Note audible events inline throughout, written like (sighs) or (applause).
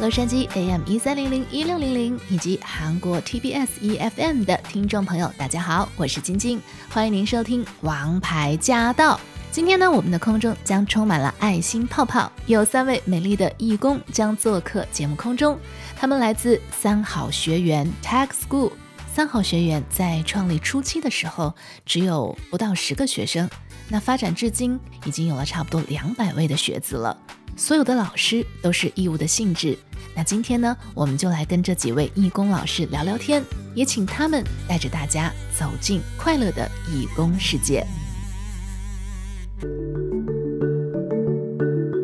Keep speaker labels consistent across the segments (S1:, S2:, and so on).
S1: 洛杉矶 AM 一三零零一六零零以及韩国 TBS EFM E 的听众朋友，大家好，我是晶晶，欢迎您收听《王牌驾到》。今天呢，我们的空中将充满了爱心泡泡，有三位美丽的义工将做客节目空中，他们来自三好学员 Tech School。三好学院在创立初期的时候，只有不到十个学生，那发展至今已经有了差不多两百位的学子了。所有的老师都是义务的性质。那今天呢，我们就来跟这几位义工老师聊聊天，也请他们带着大家走进快乐的义工世界。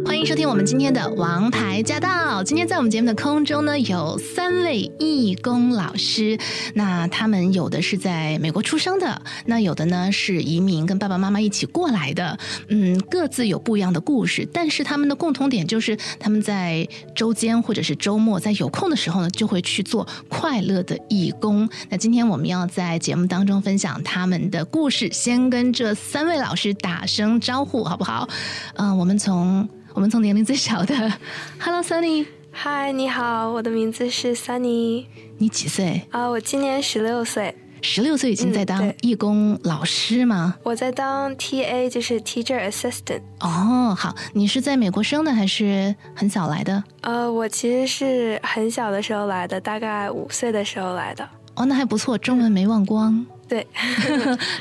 S1: 欢迎收听我们今天的《王牌驾到》。今天在我们节目的空中呢，有三位义工老师，那他们有的是在美国出生的，那有的呢是移民跟爸爸妈妈一起过来的，嗯，各自有不一样的故事，但是他们的共同点就是他们在周间或者是周末，在有空的时候呢，就会去做快乐的义工。那今天我们要在节目当中分享他们的故事，先跟这三位老师打声招呼，好不好？嗯、我们从我们从年龄最小的 Hello Sunny，
S2: 嗨，你好，我的名字是 Sunny
S1: 你几岁？
S2: 啊，我今年十六岁，
S1: 十六岁已经在当
S2: 嗯对
S1: 义工老师吗？
S2: 我在当 TA，就是 Teacher Assistant。
S1: 哦，好，你是在美国生的还是很早来的？
S2: 呃，我其实是很小的时候来的，大概五岁的时候来的。
S1: 哦，那还不错，中文没忘光， (laughs)
S2: 对， (laughs)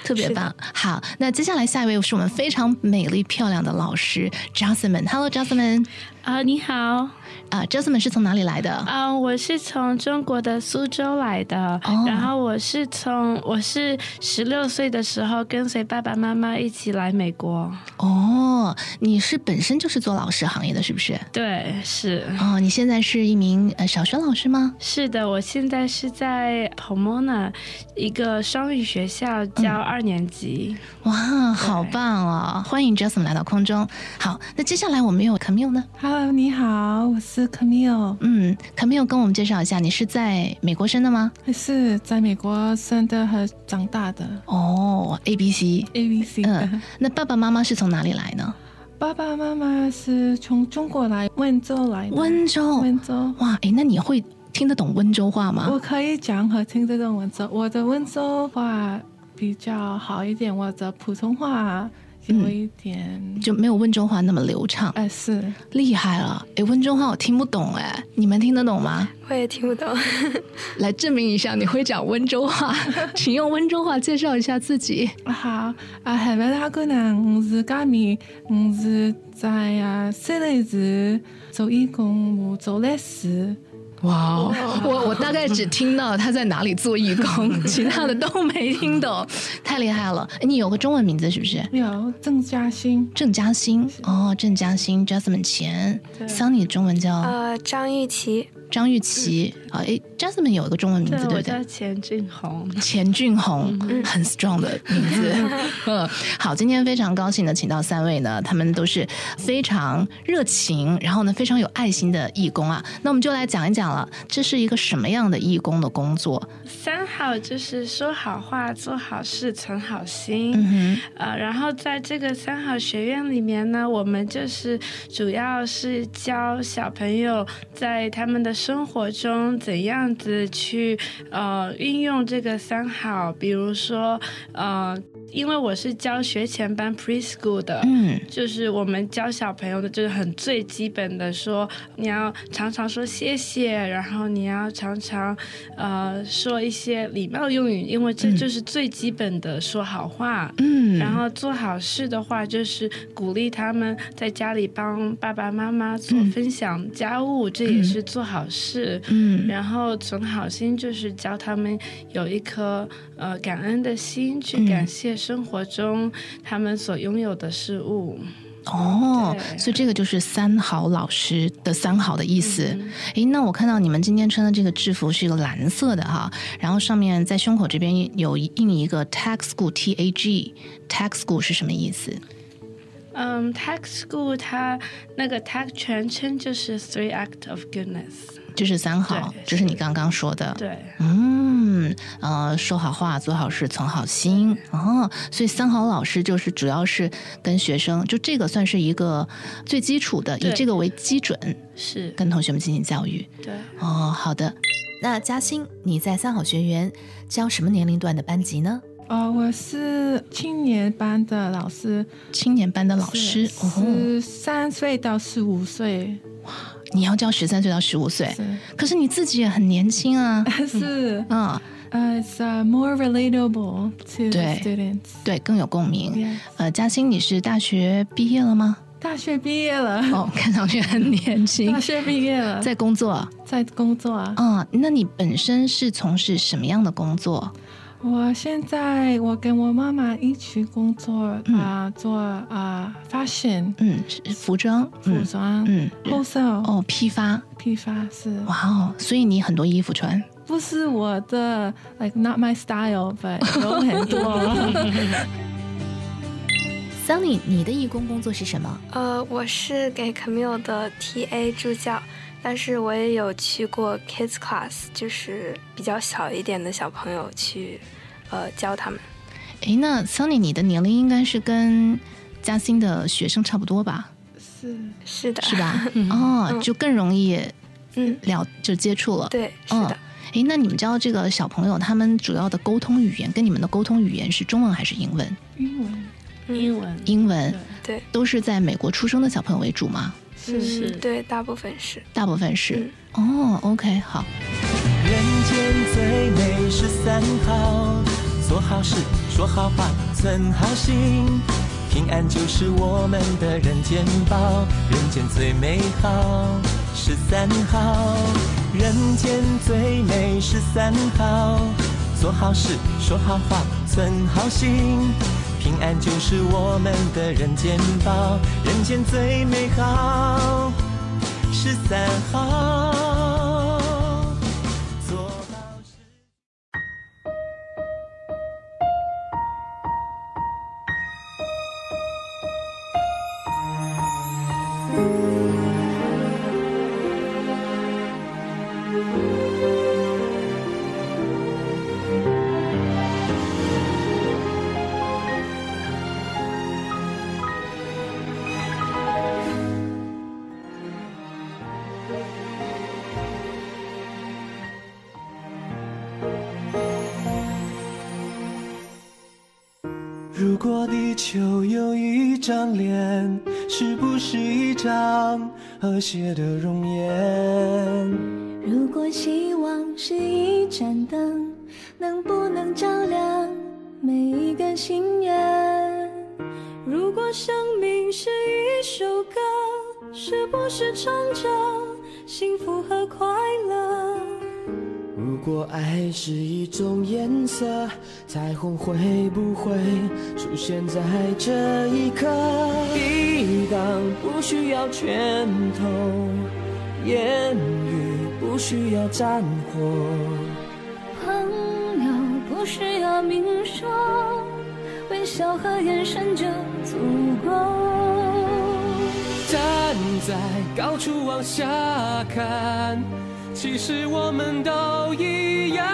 S1: 特别
S2: 是的
S1: 棒。好，那接下来下一位是我们非常美丽漂亮的老师 Jasmine。Hello Jasmine，
S3: 啊、你好，啊、
S1: 啊、j a s m i n e 是从哪里来的？
S2: 啊
S3: 我是从中国的苏州来的，
S1: 哦
S3: 然后我是从我是十六岁的时候跟随爸爸妈妈一起来美国，
S1: 哦，你是本身就是做老师行业的，是不是？
S3: 对，是
S1: 哦，你现在是一名呃小学老师吗？
S3: 是的，我现在是在 Pomona 一个双语学校
S1: 嗯
S3: 教二年级，
S1: 哇，好棒哦！欢迎 Jasmine 来到空中。好，那接下来我们有 Camille 呢？
S4: Hello，你好，我是 Camille，
S1: 嗯，Camille 跟我们介绍一下，你是在美国生的吗？
S4: 是在美国生的和长大的
S1: 哦，A B C。
S4: A B C 的。
S1: 嗯，那爸爸妈妈是从哪里来呢？
S4: 爸爸妈妈是从中国来，温州来的。
S1: 温州。啊
S4: 温州，
S1: 哇，诶，那你会听得懂温州话吗
S4: 我？可以讲和听得懂温州，我的温州话比较好一点，我的普通话有一点，
S1: 嗯就没有温州话那么流畅，
S4: 哎、是
S1: 厉害了！诶，温州话我听不懂，诶，你们听得懂吗？
S2: 我也听不懂。
S1: 来证明一下你会讲温州 (laughs) 话，请用温州话介绍一下自己。
S4: 好啊，海外大姑娘，我是 Gami，我是在啊，室内是做义工，我做历史。
S1: 哇哦，我我大概只听到他在哪里做义工，其他的都没听懂，太厉害了！哎诶你有个中文名字是不是？
S4: 有郑嘉欣，
S1: 郑嘉欣哦，郑嘉欣 Jasmine 钱
S4: 对
S1: ，Sunny 的中文叫
S2: 呃，张玉琪，
S1: 张玉琪啊，诶 j a s m i n e 有一个中文名字对不
S3: 我
S1: 对
S3: 叫？钱俊宏。
S1: 钱俊宏，很 strong 的名字。嗯，好，今天非常高兴的请到三位呢，他们都是非常热情，然后呢非常有爱心的义工啊。那我们就来讲一讲了，这是一个什么样的义工的工作？
S3: 三好就是说好话、做好事、存好心。
S1: 嗯
S3: 呃，然后在这个三好学院里面呢，我们就是主要是教小朋友在他们的生活中怎样子去呃运用这个三好，比如说呃，因为我是教学前班 preschool 的，
S1: 哼，嗯
S3: 就是我们教小朋友的，就是很最基本的说，你要常常说谢谢，然后你要常常呃说一些礼貌用语，因为这
S1: 嗯
S3: 就是最基本的说好话。
S1: 嗯，
S3: 然后做好事的话，就是鼓励他们在家里帮爸爸妈妈做
S1: 嗯
S3: 分享家务，这也是做好事。
S1: 嗯
S3: 然后存好心就是教他们有一颗呃感恩的心，去
S1: 嗯
S3: 感谢生活中他们所拥有的事物。
S1: 哦，
S3: 对
S1: 所以这个就是三好老师的三好的意思。
S3: 嗯
S1: 诶，那我看到你们今天穿的这个制服是一个蓝色的哈，然后上面在胸口这边有印一个 Tag School T A G，Tag School 是什么意思？
S3: 嗯，Tech School 它那个 Tech 全称就是 Three Act of Goodness，
S1: 就是三好
S3: 对，
S1: 这是你刚刚说的。
S3: 对。
S1: 嗯，呃，说好话，做好事，存好心哦。所以三好老师就是主要是跟学生，就这个算是一个最基础的，以
S3: 对
S1: 这个为基准
S3: 是
S1: 跟同学们进行教育。
S3: 对，
S1: 哦，好的。那嘉欣，你在三好学园教什么年龄段的班级呢？
S4: 呃，我是青年班的老师，
S1: 青年班的老
S4: 是
S1: 师哦，
S4: 十三岁到十五岁，
S1: 你要教十三岁到十五岁，
S4: 是
S1: 可是你自己也很年轻
S4: (laughs)
S1: 啊。
S4: 是
S1: 嗯，
S4: 呃，it's uh, more relatable to the
S1: 对
S4: students。
S1: 对，更有共鸣。
S4: Yes
S1: 呃，嘉欣，你是大学毕业了
S4: (laughs)
S1: 吗？
S4: 大学毕业了，
S1: 哦，看上去很年轻
S4: 大，学毕业了，在
S1: 在工作。
S4: 在工作啊。
S1: 嗯，那你本身是从事什么样的工作？
S4: 我现在我跟我妈妈一起工作啊、
S1: 嗯
S4: 做啊、fashion
S1: 嗯，是服装，
S4: 服
S1: 嗯
S4: 装、
S1: 嗯，
S4: wholesale、
S1: 哦，批发，
S4: 批发是，
S1: 哇哦，所以你很多衣服穿。
S4: 不是我的 like not my
S1: (laughs)
S4: style，but 有很多。
S1: Sunny，你的义工工作是什么？
S2: 呃，我是给 Camille 的 TA 助教，但是我也有去过 Kids Class，就是比较小一点的小朋友去，呃，教他们。
S1: 诶，哎那 Sunny，你的年龄应该是跟嘉欣的学生差不多吧？
S4: 是，
S2: 是的，
S1: 是？
S2: (laughs)
S1: 吧？哦，就更容易
S2: 嗯，
S1: 了，就接触了。
S2: 对，是
S1: 嗯
S2: 的。
S1: 诶，那你们知道这个小朋友他们主要的沟通语言跟你们的沟通语言是中文还是英文？
S4: 英文
S3: 英文
S1: 英文
S2: 嗯对，
S1: 都是在美国出生的小朋友为主吗？
S4: 是
S3: 是
S2: 嗯，对，大部分是。
S1: 大部分是。
S2: 嗯
S1: 哦，OK，好。
S5: 人间最美是三好，做好事，说好话，存好心，平安就是我们的人间宝，人间最美好是三好，人间最美是三好，做好事，说好话，存好心，平安就是我们的人间宝，人间最美好是三好。做到是如果地球有一张脸，是不是一张和谐的容颜？
S6: 如果希望是一盏灯，能不能照亮每一个心愿？如果生命是一首歌，是不是唱着幸福和快乐？
S5: 如果爱是一种颜色，彩虹会不会出现在这一刻？抵挡不需要拳头，言语不需要战火。
S6: 朋友不需要明说，微笑和眼神就足够。
S5: 站在高处往下看，其实我们都一样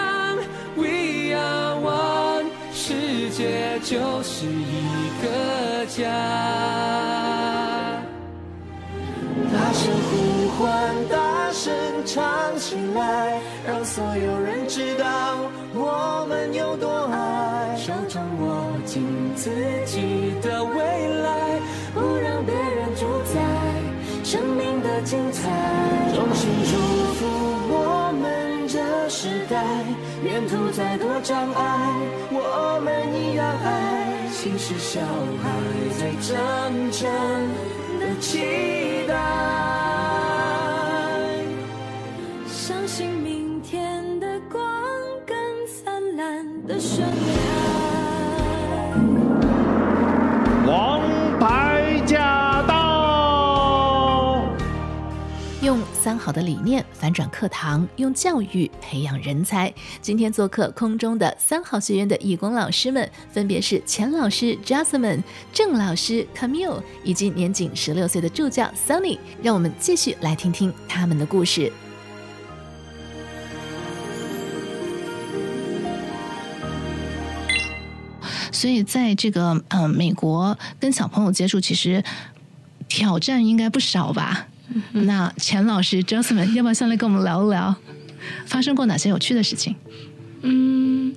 S5: ，We are one，世界就是一个家。大声呼唤，大声唱起来，让所有人知道我们有多爱。手掌握紧自己的未来，不让别人主宰生命的精彩。衷心祝福我们这时代，沿途再多障碍，我们一样爱。心是小孩最真诚的期待。
S6: 相信明天的光跟灿烂的盛开。
S7: 王牌驾到！
S1: 用
S8: 三好的理念，反转课堂，用教育培养人才。今天做客空中的三好学院的义工老师们，分别是钱老师 Jasmine、郑老师 Camille 以及年仅十六岁的助教 Sunny。让我们继续来听听他们的故事。
S1: 所以在这个呃美国跟小朋友接触，其实挑战应该不少吧？那钱老师 j o s m i (laughs) n 要不要上来跟我们聊一聊，发生过哪些有趣的事情？
S3: 嗯，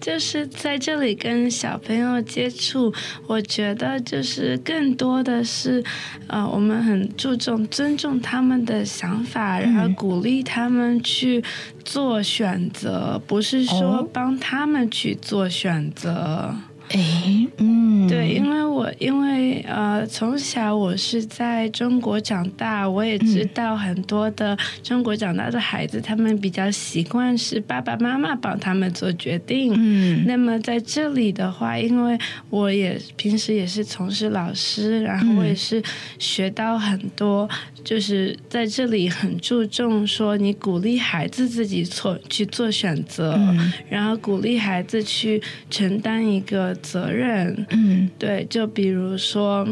S3: 就是在这里跟小朋友接触，我觉得就是更多的是，呃，我们很注重尊重他们的想法，然
S1: 嗯
S3: 后鼓励他们去做选择，不是说
S1: 哦
S3: 帮他们去做选择。
S1: 哎，嗯，
S3: 对，因为我因为呃，从小我是在中国长大，我也
S1: 嗯
S3: 知道很多的中国长大的孩子，他们比较习惯是爸爸妈妈帮他们做决定。
S1: 嗯，
S3: 那么在这里的话，因为我也平时也是从事老师，然后
S1: 嗯
S3: 我也是学到很多，就是在这里很注重说你鼓励孩子自己做去做选择，
S1: 嗯
S3: 然后鼓励孩子去承担一个责任，
S1: 嗯
S3: 对，就比如说，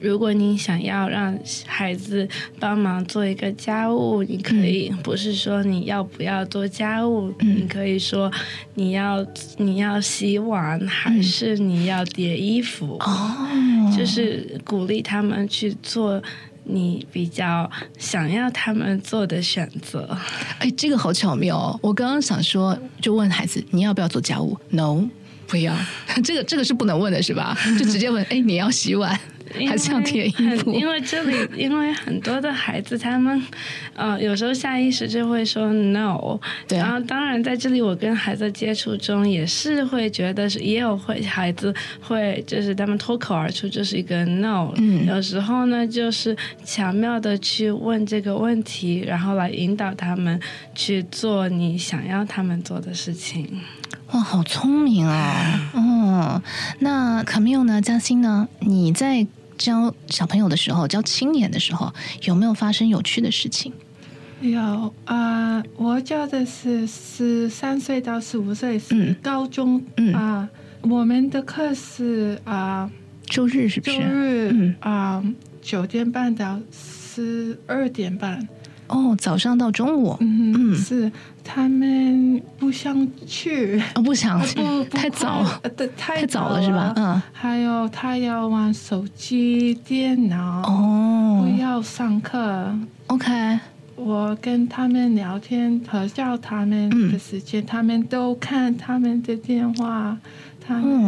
S3: 如果你想要让孩子帮忙做一个家务，你可以不是说你要不要做家务，
S1: 嗯
S3: 你可以说你要你要洗碗还是你要叠衣服，
S1: 哦，
S3: 就是鼓励他们去做。你比较想要他们做的选择，
S1: 哎，这个好巧妙哦！我刚刚想说，就问孩子你要不要做家务？No，不要。 (laughs) 这个这个是不能问的，是 (laughs) 吧？就直接问，哎，你要洗碗
S3: 因
S1: 还是要
S3: 为
S1: 叠衣
S3: 很
S1: 服？
S3: 因为这里，因为很多的孩子他们，呃，有时候下意识就会说 no，
S1: 对啊
S3: 然后，当然在这里，我跟孩子接触中也是会觉得是，也有会孩子会就是他们脱口而出就是一个 no。
S1: 嗯
S3: 有时候呢，就是巧妙的去问这个问题，然后来引导他们去做你想要他们做的事情。
S1: (laughs) 哇，好聪明哦！嗯，那 Camille 呢？嘉欣呢？你在教小朋友的时候，教青年的时候，有没有发生有趣的事情？
S4: 有啊、我教的是十三岁到十五岁，是
S1: 嗯
S4: 高中
S1: 嗯
S4: 啊、我们的课是啊、
S1: 周日是不
S4: 周
S1: 是？
S4: 日
S1: 嗯
S4: 啊九、点半到十二点半。
S1: 哦，早上到中午。
S4: 嗯
S1: 嗯
S4: 哼，是他们不想去，
S1: 哦，不想
S4: 啊，不不
S1: (laughs) 太早
S4: 快，呃对太
S1: 太早了是吧？
S4: 了
S1: 嗯，
S4: 还有他要玩手机、电脑，
S1: 哦
S4: 不要上课。
S1: ，OK，
S4: 我跟他们聊天和叫他们
S1: 嗯
S4: 的时间，他们都看他们的电话，他们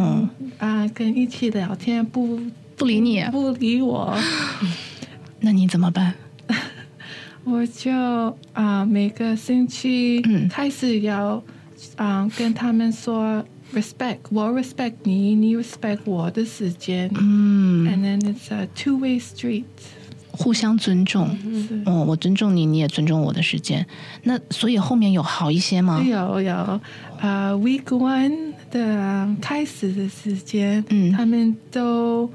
S4: 啊、
S1: 嗯，
S4: 跟一起聊天，不
S1: 不理你，
S4: 不理我，
S1: 那你怎么办？
S4: 我就啊、每个星期
S1: 嗯
S4: 开始要啊、跟他们说 respect，我 respect 你，你 respect 我的时间、
S1: 嗯，
S4: a n d then it's a two-way street，
S1: 互相尊重。
S4: 是。
S1: 哦，我尊重你，你也尊重我的时间。那所以后面有好一些吗？
S4: 有有，呃，Week One 的开始的时间，
S1: 嗯
S4: 他们都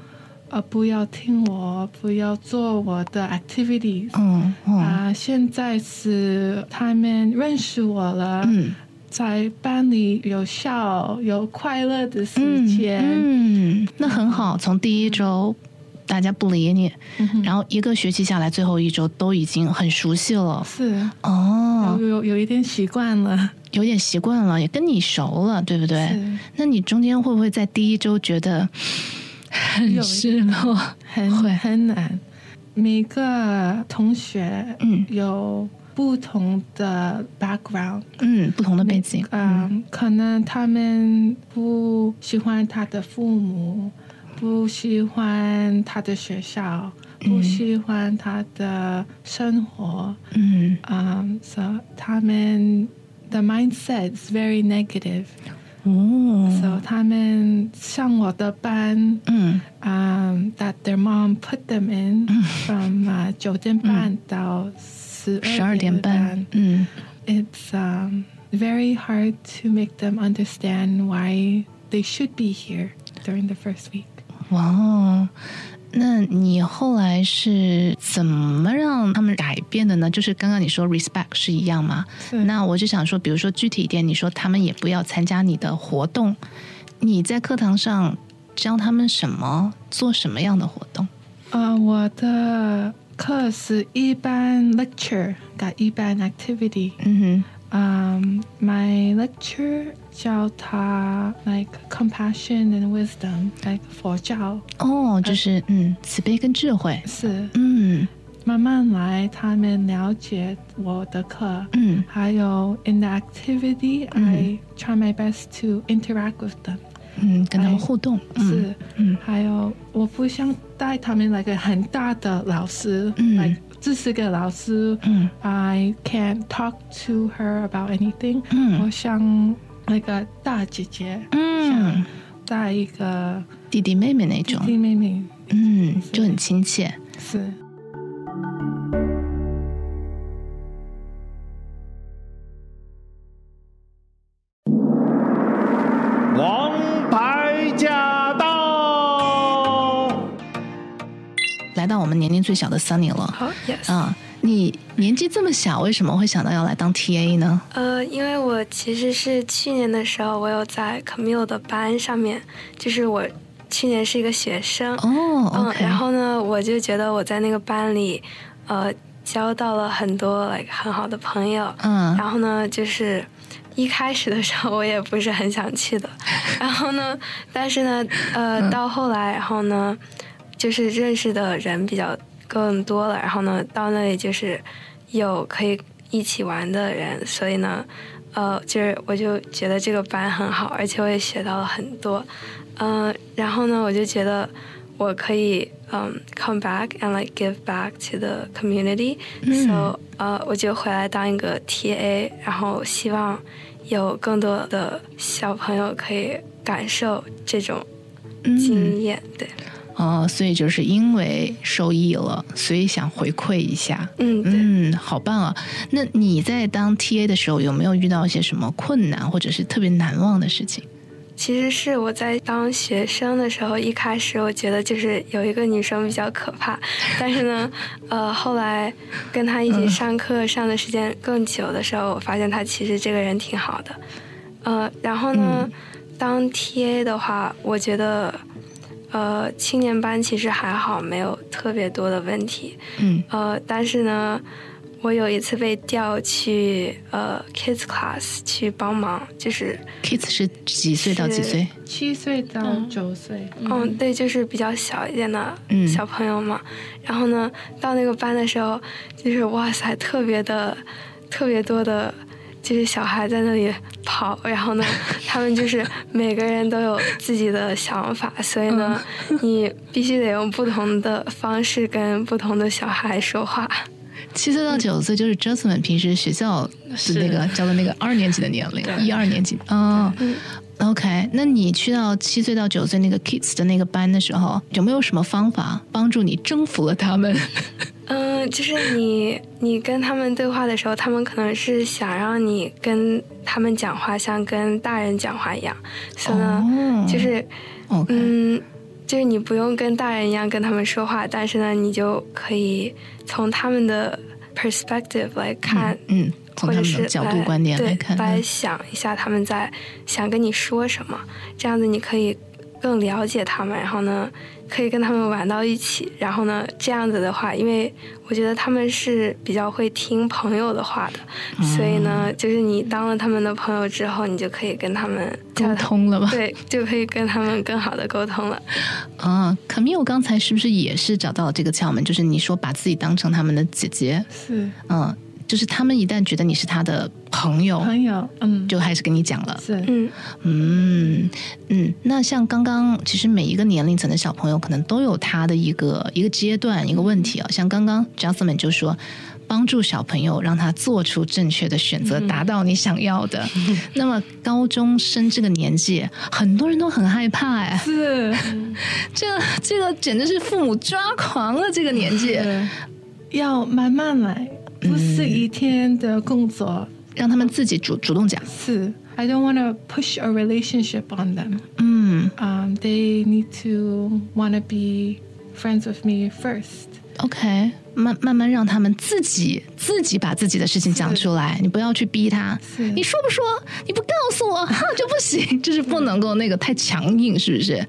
S4: 呃不要听我，不要做我的 activities 啊、
S1: 嗯嗯
S4: 现在是他们认识我了，
S1: 嗯
S4: 在班里有笑有快乐的时间，
S1: 嗯嗯，那很好。从第一周大家不理你，
S4: 嗯哼
S1: 然后一个学期下来，最后一周都已经很熟悉了。
S4: 是
S1: 哦
S4: 有，有有一点习惯了，
S1: 有点习惯了，也跟你熟了，对不对？
S4: 是
S1: 那你中间会不会在第一周觉得 (sighs) 很
S4: 有
S1: 失落？
S4: 很
S1: 会
S4: 很难。每个同学
S1: 嗯
S4: 有不同的 background，
S1: 嗯，不同的背景，
S4: 嗯、可能他们不喜欢他的父母，不喜欢他的学校，不喜欢他的生活，
S1: 嗯，
S4: 嗯，所以他们的 mindset is very negative，
S1: 哦，
S4: 所以他们上我的班。
S1: 嗯
S4: um, that their mom put them in from uh, 九点半到十
S1: 呃十二点半，嗯
S4: It's um, very hard to make them understand why they should be here during the first week.
S1: 哇哦，那你后来是怎么让他们改变的呢？就是刚刚你说 respect 是一样吗？
S4: 是
S1: 那我就想说，比如说具体一点，你说他们也不要参加你的活动，你在课堂上教他们什么，做什么样的活动？
S4: 呃，uh, 我的课是一般 lecture 跟一般 activity。
S1: 嗯
S4: 嗯、m y lecture 教他 like compassion and wisdom，like 佛教
S1: 哼，哦，就是嗯，慈悲跟智慧，
S4: 是
S1: 嗯
S4: 慢慢来，他们了解我的课。
S1: 嗯
S4: 还有 in the activity，I、try my best to interact with them、
S1: 嗯，跟他们
S4: 哎
S1: 互动，嗯
S4: 是，
S1: 嗯
S4: 还有我不想带他们来个很大的老师，
S1: 嗯
S4: like, 这是个老师，
S1: 嗯
S4: I can't talk to her about anything、我
S1: 嗯
S4: 想那个大姐姐，
S1: 嗯
S4: 像，带一个
S1: 弟弟妹妹那
S4: 弟
S1: 种，
S4: 弟妹妹，
S1: 嗯，就很亲切。
S4: 是
S7: 王牌驾到！
S1: 来到我们年龄最小的 Sunny 了，
S2: 好，yes，
S1: 啊，你年纪这么小，为什么会想到要来当 TA 呢？
S2: 呃，因为我其实是去年的时候，我有在 Camille 的班上面，就是我去年是一个学生，
S1: 哦
S2: 嗯
S1: ，OK，
S2: 然后呢，我就觉得我在那个班里，呃，交到了很多 like 很好的朋友，
S1: 嗯
S2: 然后呢，就是一开始的时候我也不是很想去的， (laughs) 然后呢，但是呢，呃，到后来，然后呢，就是认识的人比较更多了，然后呢，到那里就是有可以一起玩的人，所以呢，呃，就是我就觉得这个班很好，而且我也学到了很多，嗯、然后呢，我就觉得我可以嗯、come back and like give back to the community，、so
S1: 嗯
S2: 呃、我就回来当一个 TA，然后希望有更多的小朋友可以感受这种
S1: 嗯，
S2: 经验，对，
S1: 哦，所以就是因为受益了，所以想回馈一下。
S2: 嗯对。
S1: 嗯，好棒啊！那你在当 TA 的时候，有没有遇到一些什么困难，或者是特别难忘的事情？
S2: 其实是我在当学生的时候，一开始我觉得就是有一个女生比较可怕，但是呢，呃，后来跟她一起上课上的时间更久的时候，我发现她其实这个人挺好的，呃，然后呢，当 TA 的话，我觉得，呃，青年班其实还好，没有特别多的问题，
S1: 嗯
S2: 呃，但是呢，我有一次被调去呃 kids class 去帮忙，就是。
S1: ，kids 是几岁到几
S2: 是
S1: 岁？
S4: 七岁到九岁，
S2: 嗯，对，就是比较小一点的
S1: 嗯
S2: 小朋友嘛。然后呢，到那个班的时候，就是哇塞，特别的，特别多的，就是小孩在那里跑。然后呢，他们就是每个人都有自己的想法，所以呢，
S1: 嗯
S2: (laughs) 你必须得用不同的方式跟不同的小孩说话。
S1: 七岁到九岁就是 Jasmine 平时学校的那个教的那个二年级的年龄，一二年级。哦，OK，那你去到七岁到九岁那个 kids 的那个班的时候，有没有什么方法帮助你征服了他们？
S2: 嗯，就是你你跟他们对话的时候，他们可能是想让你跟他们讲话，像跟大人讲话一样，所以呢，
S1: 哦
S2: 就是。
S1: OK，
S2: 啊嗯，就是你不用跟大人一样跟他们说话，但是呢，你就可以从他们的 perspective 来看，
S1: 嗯，从
S2: 或
S1: 他
S2: 者
S1: 们
S2: 是
S1: 的角度
S2: 来
S1: 观点
S2: 对
S1: 来看，
S2: 来
S1: 嗯
S2: 想一下他们在想跟你说什么，这样子你可以更了解他们，然后呢，可以跟他们玩到一起，然后呢，这样子的话，因为我觉得他们是比较会听朋友的话的，所以呢，就是你当了他们的朋友之后，你就可以跟他们
S1: 沟。通 (laughs) 了吧？
S2: 对，就可以跟他们更好的沟通了。
S1: 啊，Camille 刚才是不是也是找到了这个窍门？就是你说把自己当成他们的姐姐，
S4: 是
S1: 嗯，就是他们一旦觉得你是他的朋友，
S4: 朋友，嗯，
S1: 就开始跟你讲了。
S4: 是
S2: 嗯，
S1: 嗯嗯，那像刚刚，其实每一个年龄层的小朋友可能都有他的一个一个阶段一个问题啊、像刚刚 Jasmine 就说，帮助小朋友让他做出正确的选择，达到你想要的。那么高中生这个年纪，很多人都很害怕哎，
S4: 是
S1: 这个这个简直是父母抓狂了这个年纪，
S4: 是，要慢慢来，不是一天的工作，
S1: 让他们自己主主动讲。
S4: 是。I don't want to push a relationship on them.
S1: 嗯
S4: Um, they need to want to be friends with me first。
S1: OK，慢慢慢让他们自己自己把自己的事情讲出来，你不要去逼他。
S4: 是
S1: 你说不说？你不告诉我， (laughs) 哈就不行，就是不能够那个太强硬，是不是？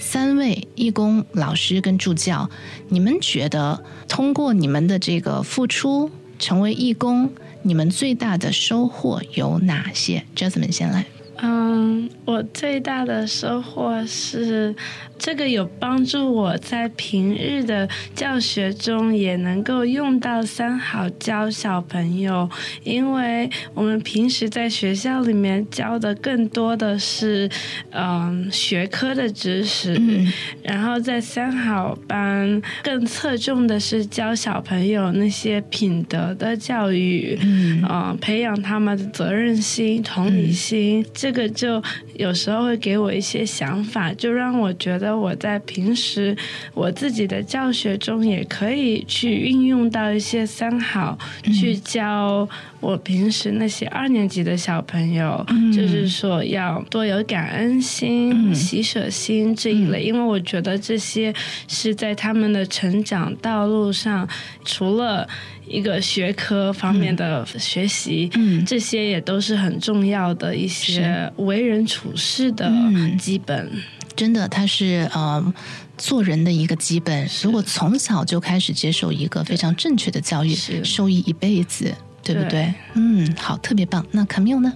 S1: 三位义工老师跟助教，你们觉得通过你们的这个付出，成为义工，你们最大的收获有哪些？Jasmine 先来。
S3: 嗯，我最大的收获是，这个有帮助我在平日的教学中也能够用到三好教小朋友，因为我们平时在学校里面教的更多的是，嗯，学科的知识，
S1: 嗯
S3: 然后在三好班更侧重的是教小朋友那些品德的教育，嗯、培养他们的责任心、同理心，这个就有时候会给我一些想法，就让我觉得我在平时我自己的教学中也可以去运用到一些三好，去教我平时那些二年级的小朋友，就是说要多有感恩心、喜舍心这一嗯类，因为我觉得这些是在他们的成长道路上，除了一个学科方面的学习，
S1: 嗯
S3: 这些也都是很重要的一些为人处事的
S1: 嗯
S3: 基本。
S1: 真的，它是呃做人的一个基本。如果从小就开始接受一个非常正确的教育，
S3: 是
S1: 受益一辈子，对不对？
S3: 对
S1: 嗯，好，特别棒。那 Camille 呢？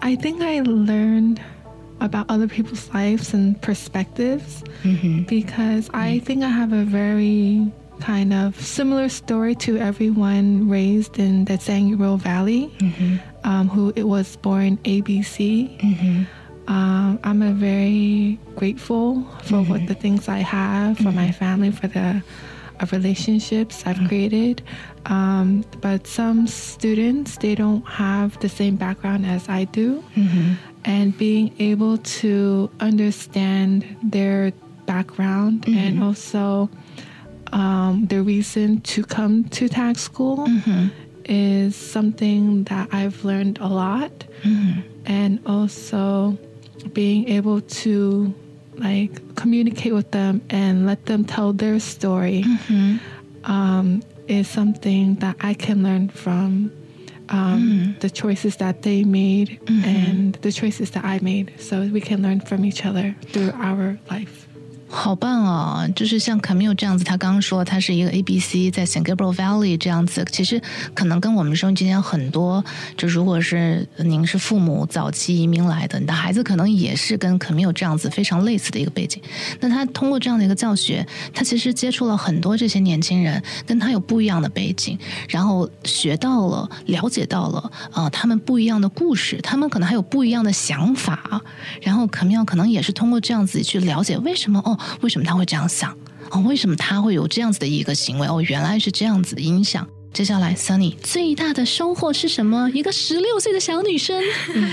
S4: I think I learned about other people's lives and perspectives because I think I have a very kind of similar story to everyone raised in the Sangro Valley, um, who it was born ABC. Um, I'm a very grateful for what the things I have, for my family, for the uh, relationships I've created. Um, but some students, they don't have the same background as I do. And being able to understand their background and also um, the reason to come to tag school is something that I've learned a lot, and also being able to like communicate with them and let them tell their story um, is something that I can learn from. Um, The choices that they made and the choices that I made, so we can learn from each other through our life.
S1: 好棒哦！就是像 Camille 这样子，他刚刚说他是一个 ABC 在 San Gabriel Valley 这样子，其实可能跟我们收音机前很多，就如果是您是父母早期移民来的，你的孩子可能也是跟 Camille 这样子非常类似的一个背景。那他通过这样的一个教学，他其实接触了很多这些年轻人，跟他有不一样的背景，然后学到了、了解到了呃他们不一样的故事，他们可能还有不一样的想法，然后 Camille 可能也是通过这样子去了解为什么哦，为什么他会这样想哦，为什么他会有这样子的一个行为哦，原来是这样子的影响。接下来，Sunny 最大的收获是什么？一个十六岁的小女生，嗯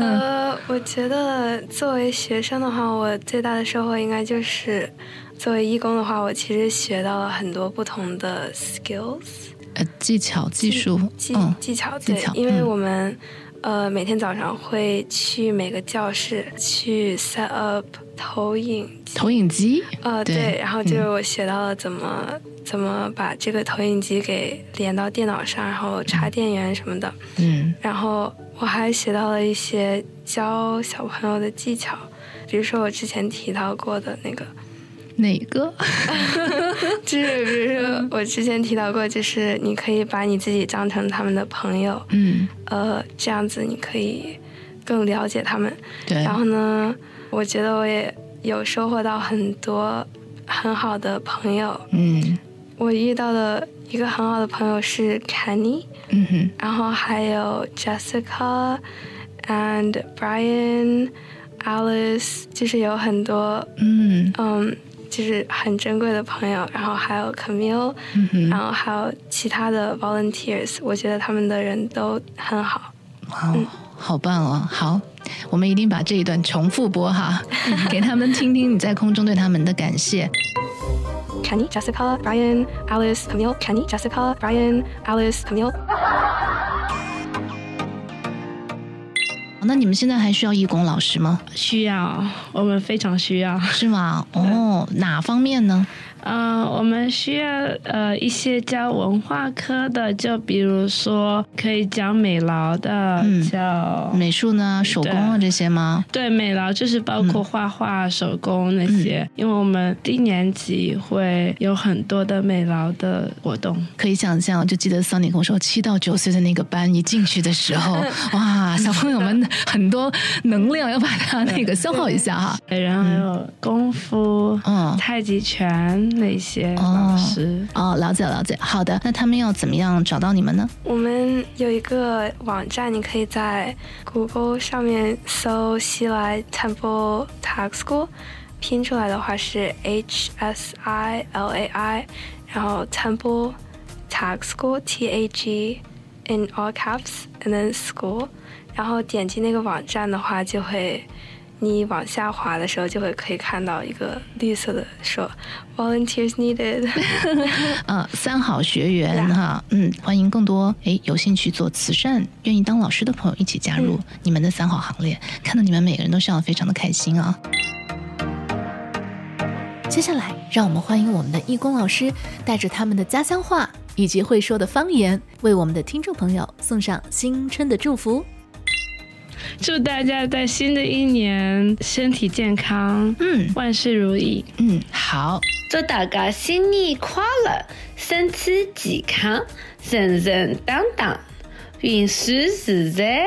S2: 呃，我觉得作为学生的话，我最大的收获应该就是，作为义工的话，我其实学到了很多不同的 skills
S1: 呃，技巧、技术，
S2: 技、
S1: 嗯，
S2: 技巧，
S1: 技
S2: 对，
S1: 巧
S2: 因为
S1: 嗯
S2: 我们、呃每天早上会去每个教室去 set up 投影机，
S1: 投影机，
S2: 呃
S1: 对嗯
S2: 对，然后就是我学到了怎么、怎么把这个投影机给连到电脑上，然后插电源什么的，
S1: 嗯
S2: 然后我还学到了一些教小朋友的技巧，比如说我之前提到过的那个，
S1: 哪个？
S2: (laughs) 就是比如说我之前提到过，就是你可以把你自己当成他们的朋友，
S1: 嗯，
S2: 呃，这样子你可以更了解他们。
S1: 对，
S2: 然后呢，我觉得我也有收获到很多很好的朋友。
S1: 嗯
S2: 我遇到的一个很好的朋友是 Kenny，
S1: 嗯哼，
S2: 然后还有 Jessica and Brian、Alice，就是有很多
S1: 嗯
S2: 嗯，就是很珍贵的朋友，然后还有 Camille，、
S1: 嗯哼。
S2: 然后还有其他的 volunteers，我觉得他们的人都很好。
S1: 哇、
S2: 嗯
S1: 哦，好棒哦！好，我们一定把这一段重复播
S2: (laughs)
S1: 哈，给他们听听你在空中对他们的感谢。
S2: Kenny、Jessica、Brian、Alice、Camille、Kenny、Jessica、Brian、Alice、Camille。
S1: 哦那你们现在还需要义工老师吗？
S3: 需要，我们非常需要。
S1: 是吗？哦，哪方面呢？
S3: 嗯、我们需要呃一些教文化科的，就比如说可以教美劳的，
S1: 嗯
S3: 教
S1: 美术呢、手工啊
S3: 对
S1: 这些吗？
S3: 对美劳就是包
S1: 嗯
S3: 括画画、手工那些，因为我们低年级会有很多的美劳的活动。
S1: 可以想象，就记得桑尼跟我说，七到九岁的那个班一进去的时候，哇，小朋友们很多能量要把它那个消耗一下哈。
S3: 对然后还有功夫、
S1: 嗯
S3: 太极拳那些
S1: 哦
S3: 老师，
S1: 哦，了解了解，好的，那他们要怎么样找到你们呢？
S2: 我们有一个网站，你可以在谷歌上面搜西来 Temple Tag School，拼出来的话是 H S I L A I，然后 Temple Tag School T A G in all caps and then school，然后点击那个网站的话，就会你往下滑的时候就会可以看到一个绿色的说 Volunteers needed。
S1: 呃，三好学员
S2: 对啊
S1: 哈，嗯，欢迎更多诶有兴趣做慈善、愿意当老师的朋友一起加入
S8: 嗯
S1: 你们的三好行列。看到你们每个人都笑得非常的开心啊！
S8: 接下来，让我们欢迎我们的义工老师，带着他们的家乡话以及会说的方言，为我们的听众朋友送上新春的祝福。
S3: 祝大家在新的一年身体健康，
S1: 嗯
S3: 万事如意。
S1: 嗯，好，
S9: 祝大家新年快乐，身体健康，人人当当，运输自在，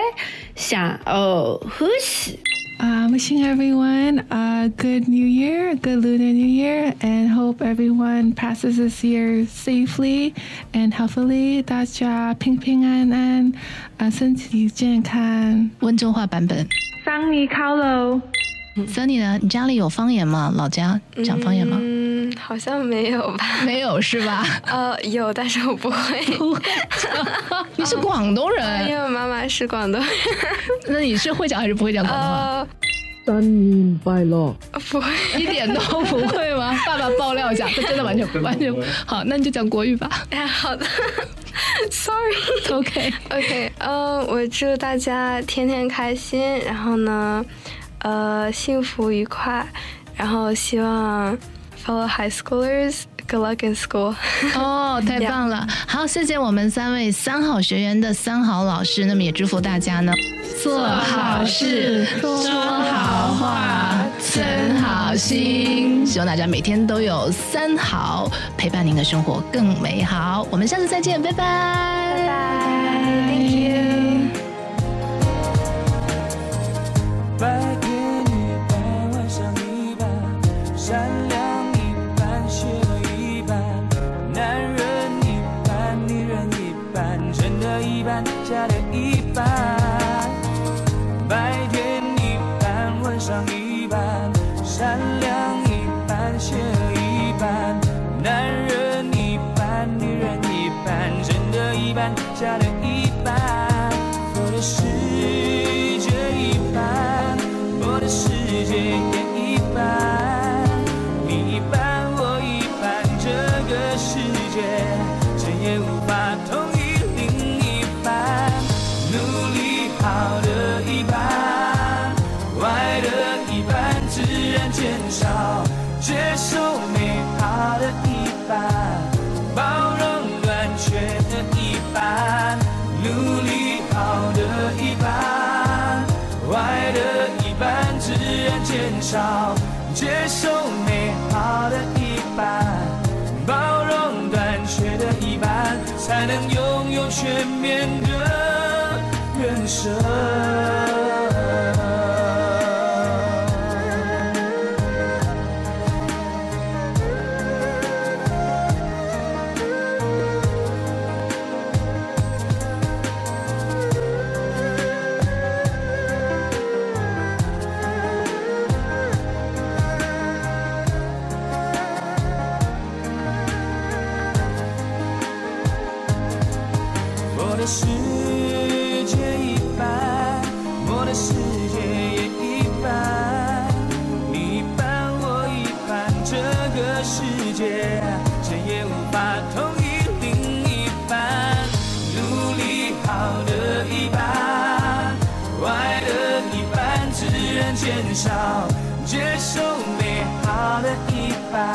S9: 相互欢喜。
S4: Uh, wishing everyone a good new year, a good lunar new year, and hope everyone passes this year safely and healthily. Uh, 大家平平安安，呃，身体健康。
S1: 温州话版本。
S10: 生日烤肉，
S8: 嗯
S1: Sunny 呢？你家里有方言吗？老家讲方言吗？
S2: 嗯，好像没有吧。
S1: 没有是
S8: (laughs)
S1: 吧？
S2: 呃，有，但是我不会，
S1: 你是广东
S2: 因
S1: 人，
S2: 为我妈妈是广东人。
S1: 那你是会讲还是不会讲广东话？
S2: 呃，不会，
S1: 一点都不会 (laughs) 吗？爸爸爆料一下，他真的完全不完全不好，那你就讲国语 (laughs) 吧。
S2: 哎，好的，sorry。 (laughs)
S1: OK，
S2: OK，嗯、我祝大家天天开心，然后呢，呃，幸福愉快，然后希望 fellow high schoolers good luck in school。 (laughs)
S1: 哦，太棒了！好，谢谢我们三位三好学员的三好老师，那么也祝福大家呢，做好事，说好话，存好心。希望大家每天都有三好，陪伴您的生活更美好。我们下次再见，拜拜，拜拜，Thank you。
S5: 白天一半，晚上一半，善良一半，邪恶一半，男人一半，女人一半，真的一半，假的一半。白天一半，晚上一半，善良一半，邪恶一半，男人一半，女人一半，真的一半，假的一半。我的世界一半，我的世界也一半，你一半我一半，这个世界谁也无法统一另一半，努力好的一半，坏的一半自然减少，接受美好的一半。包容短缺的一半，努力好的一半，坏的一半自然减少，接受美好的一半，包容短缺的一半，才能拥有全面的人生。我的世界一半，我的世界也一半，你一半我一半，这个世界谁也无法统一另一半，努力好的一半，坏的一半自然减少，接受美好的一半，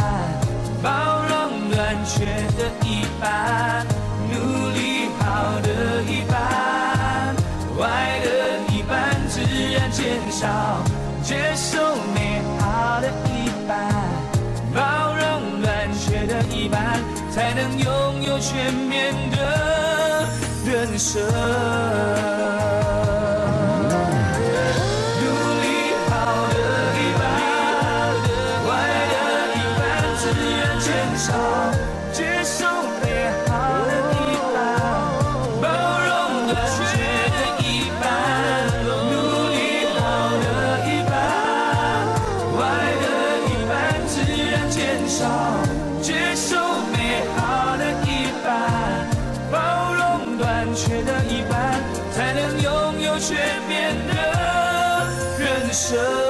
S5: 包减少，接受美好的一半，包容乱缺的一半，才能拥有全面的人生。努力好的一半，坏的一半，自然减少，接受美好的一半，包容短缺的一半，努力好的一半，坏的一半，自然减少，接受美好的一半，包容短缺的一半，才能拥有全面的人生。